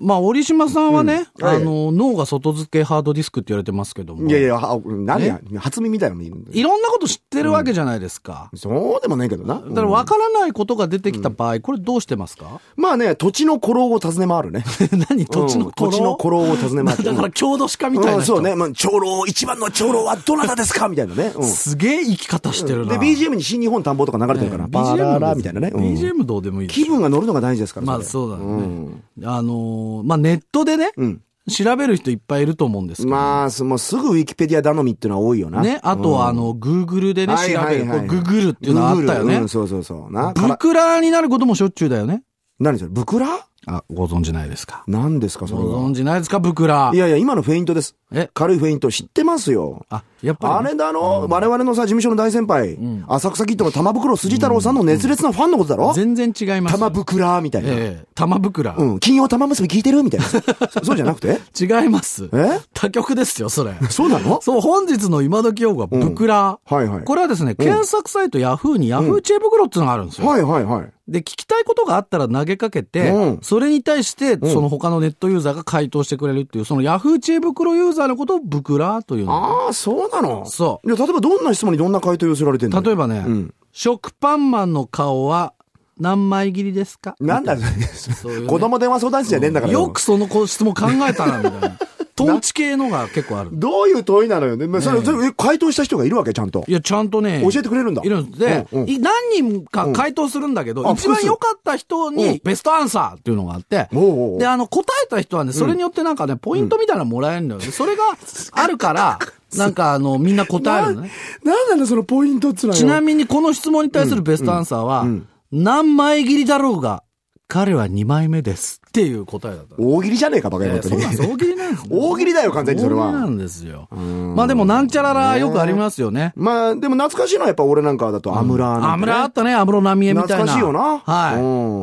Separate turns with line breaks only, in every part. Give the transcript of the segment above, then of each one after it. まあ、折島さんはね、
うんはい
あの、脳が外付けハードディスクって言われてますけども。
いやいや、は何や、初耳だよ、みんない
ろんなこと知ってるわけじゃないですか。
そうでもないけど
だ
な。
から分からないことが出てきた場合、これどうしてますか
まあね、土地の古老を訪ね回るね。
何土地の
うん土地の古老を訪ね回って。
だから郷土史家みたい
うん
な人。
そうね。まあ、長老、一番の長老はどなたですかみたいなね。うん
すげえ生き方してるな。
で、BGM に新日本探訪とか流れてるから、バララみたいなね。うん
BGM どうでもいいでしょ
気分が乗るのが大事ですから
まあそうだね。あのーまあネットでね、
ん
調べる人いっぱいいると思うんですけど、
まあ、すもうすぐウィキペディア頼みっていうのは多いよな。
ね、あとはあの、Google でね、調
は
べ
い
る。
はいはい
これ Google っていうのはあったよ
Google う
ね
ん。そうそうそう。な、から
ブクラになることもしょっちゅうだよね。
何それブクラ
あ、ご存知ないですか。
何ですか、そ
ご
れは。
存知ないですか、ブクラ
い。やいや、今のフェイントです。
え
軽いフェイント知ってますよ。
あ、やっぱ
あ
りね、
れだろ我々のさ、事務所の大先輩、浅草キッドの玉袋筋太郎さんの熱烈なファンのことだろ
全然違いますよ。
玉袋みたいな。
ええ玉袋、
うん、金曜玉結び聞いてるみたいな。そ そうじゃなくて
違います。
え
他局ですよ、それ。
そうなの
そう、本日の今時用語はブクラ。
うんはいはい
これはですね、検索サイトヤフーにヤフー知恵袋っていうのがあるんですよ。
はいはいはい。
で、聞きたいことがあったら投げかけて、
うん
それに対して、その他のネットユーザーが回答してくれるっていう、そのヤフー知恵袋ユーザーのことをブクラというの。
ああ、そうなの。
そう
いや、例えばどんな質問にどんな回答寄せられてんの
例えばね、
うん
食パンマンの顔は何枚切りですか
なんだ、
そういうね
子供電話相談室じゃねえんだから。
よくそのこ質問考えたな、みたい な。トンチ系のが結構ある。
どういう問いなのよね。まあ、それ、それ、え回答した人がいるわけ、ちゃんと
い。や、ちゃんとね。
教えてくれるんだ
いるんで、
うんうん
い何人か回答するんだけど、
んあ
一番
複数
良かった人
うん
にベストアンサーっていうのがあって、
おうおうおう
で、あの、答えた人はね、それによってなんかね、ポイントみたいなのもらえるんだよね。それがあるから、なんかあの、みんな答えるのね。
なんなの、そのポイントっつうの
ちな
に。
みにこの質問に対するベストアンサーは、何枚切りだろうが、彼は2枚目ですっていう答えだったの。
大喜利じゃねえか、バカ野郎
えーそうなんです。大喜利なんですね
大喜利だよ完全にそれは
大喜利なんですよ。まあでも、なんちゃららよくありますよね。
まあ、でも懐かしいのはやっぱ俺なんかだと、アムラーなんてね
アムラあったね、アムロナミエみたいな。
懐かしいよな
は
う
い。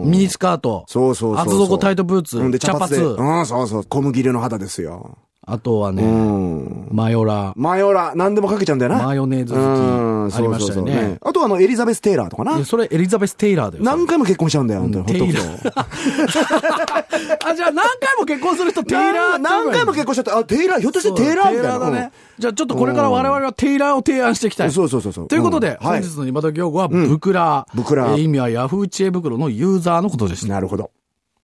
ん
ミニスカート。
そうそうそうそう。
厚底タイトブーツ
うんで、
茶
茶
髪
髪で。うん、そうそう。小麦色の肌ですよ。
あとは
う
ね、
ん。
マヨラー。
マヨラ、何でもかけちゃうんだよな。
マヨネーズ好き
うんそうそうそう
ありましたよね
あとあの、エリザベス・テイラーとかない
や。それエリザベス・テイラーだよ。
何回も結婚しちゃうんだよ、本当に。ほっとく
テイラ
と。
あ、じゃあ何回も結婚する人、テイラー
何何回も結婚しちゃって、あ、テイラー、ひょっとしてテイラーみたいな。
だね。じゃあちょっとこれから我々はテイラーを提案していきたい。
そうそうそうそう
ということで、
うんはい
本日の今時用語は、ブクラー。
ブクラー
えー意味はヤフー知恵袋のユーザーのことでし
う
た
ん。。なるほど。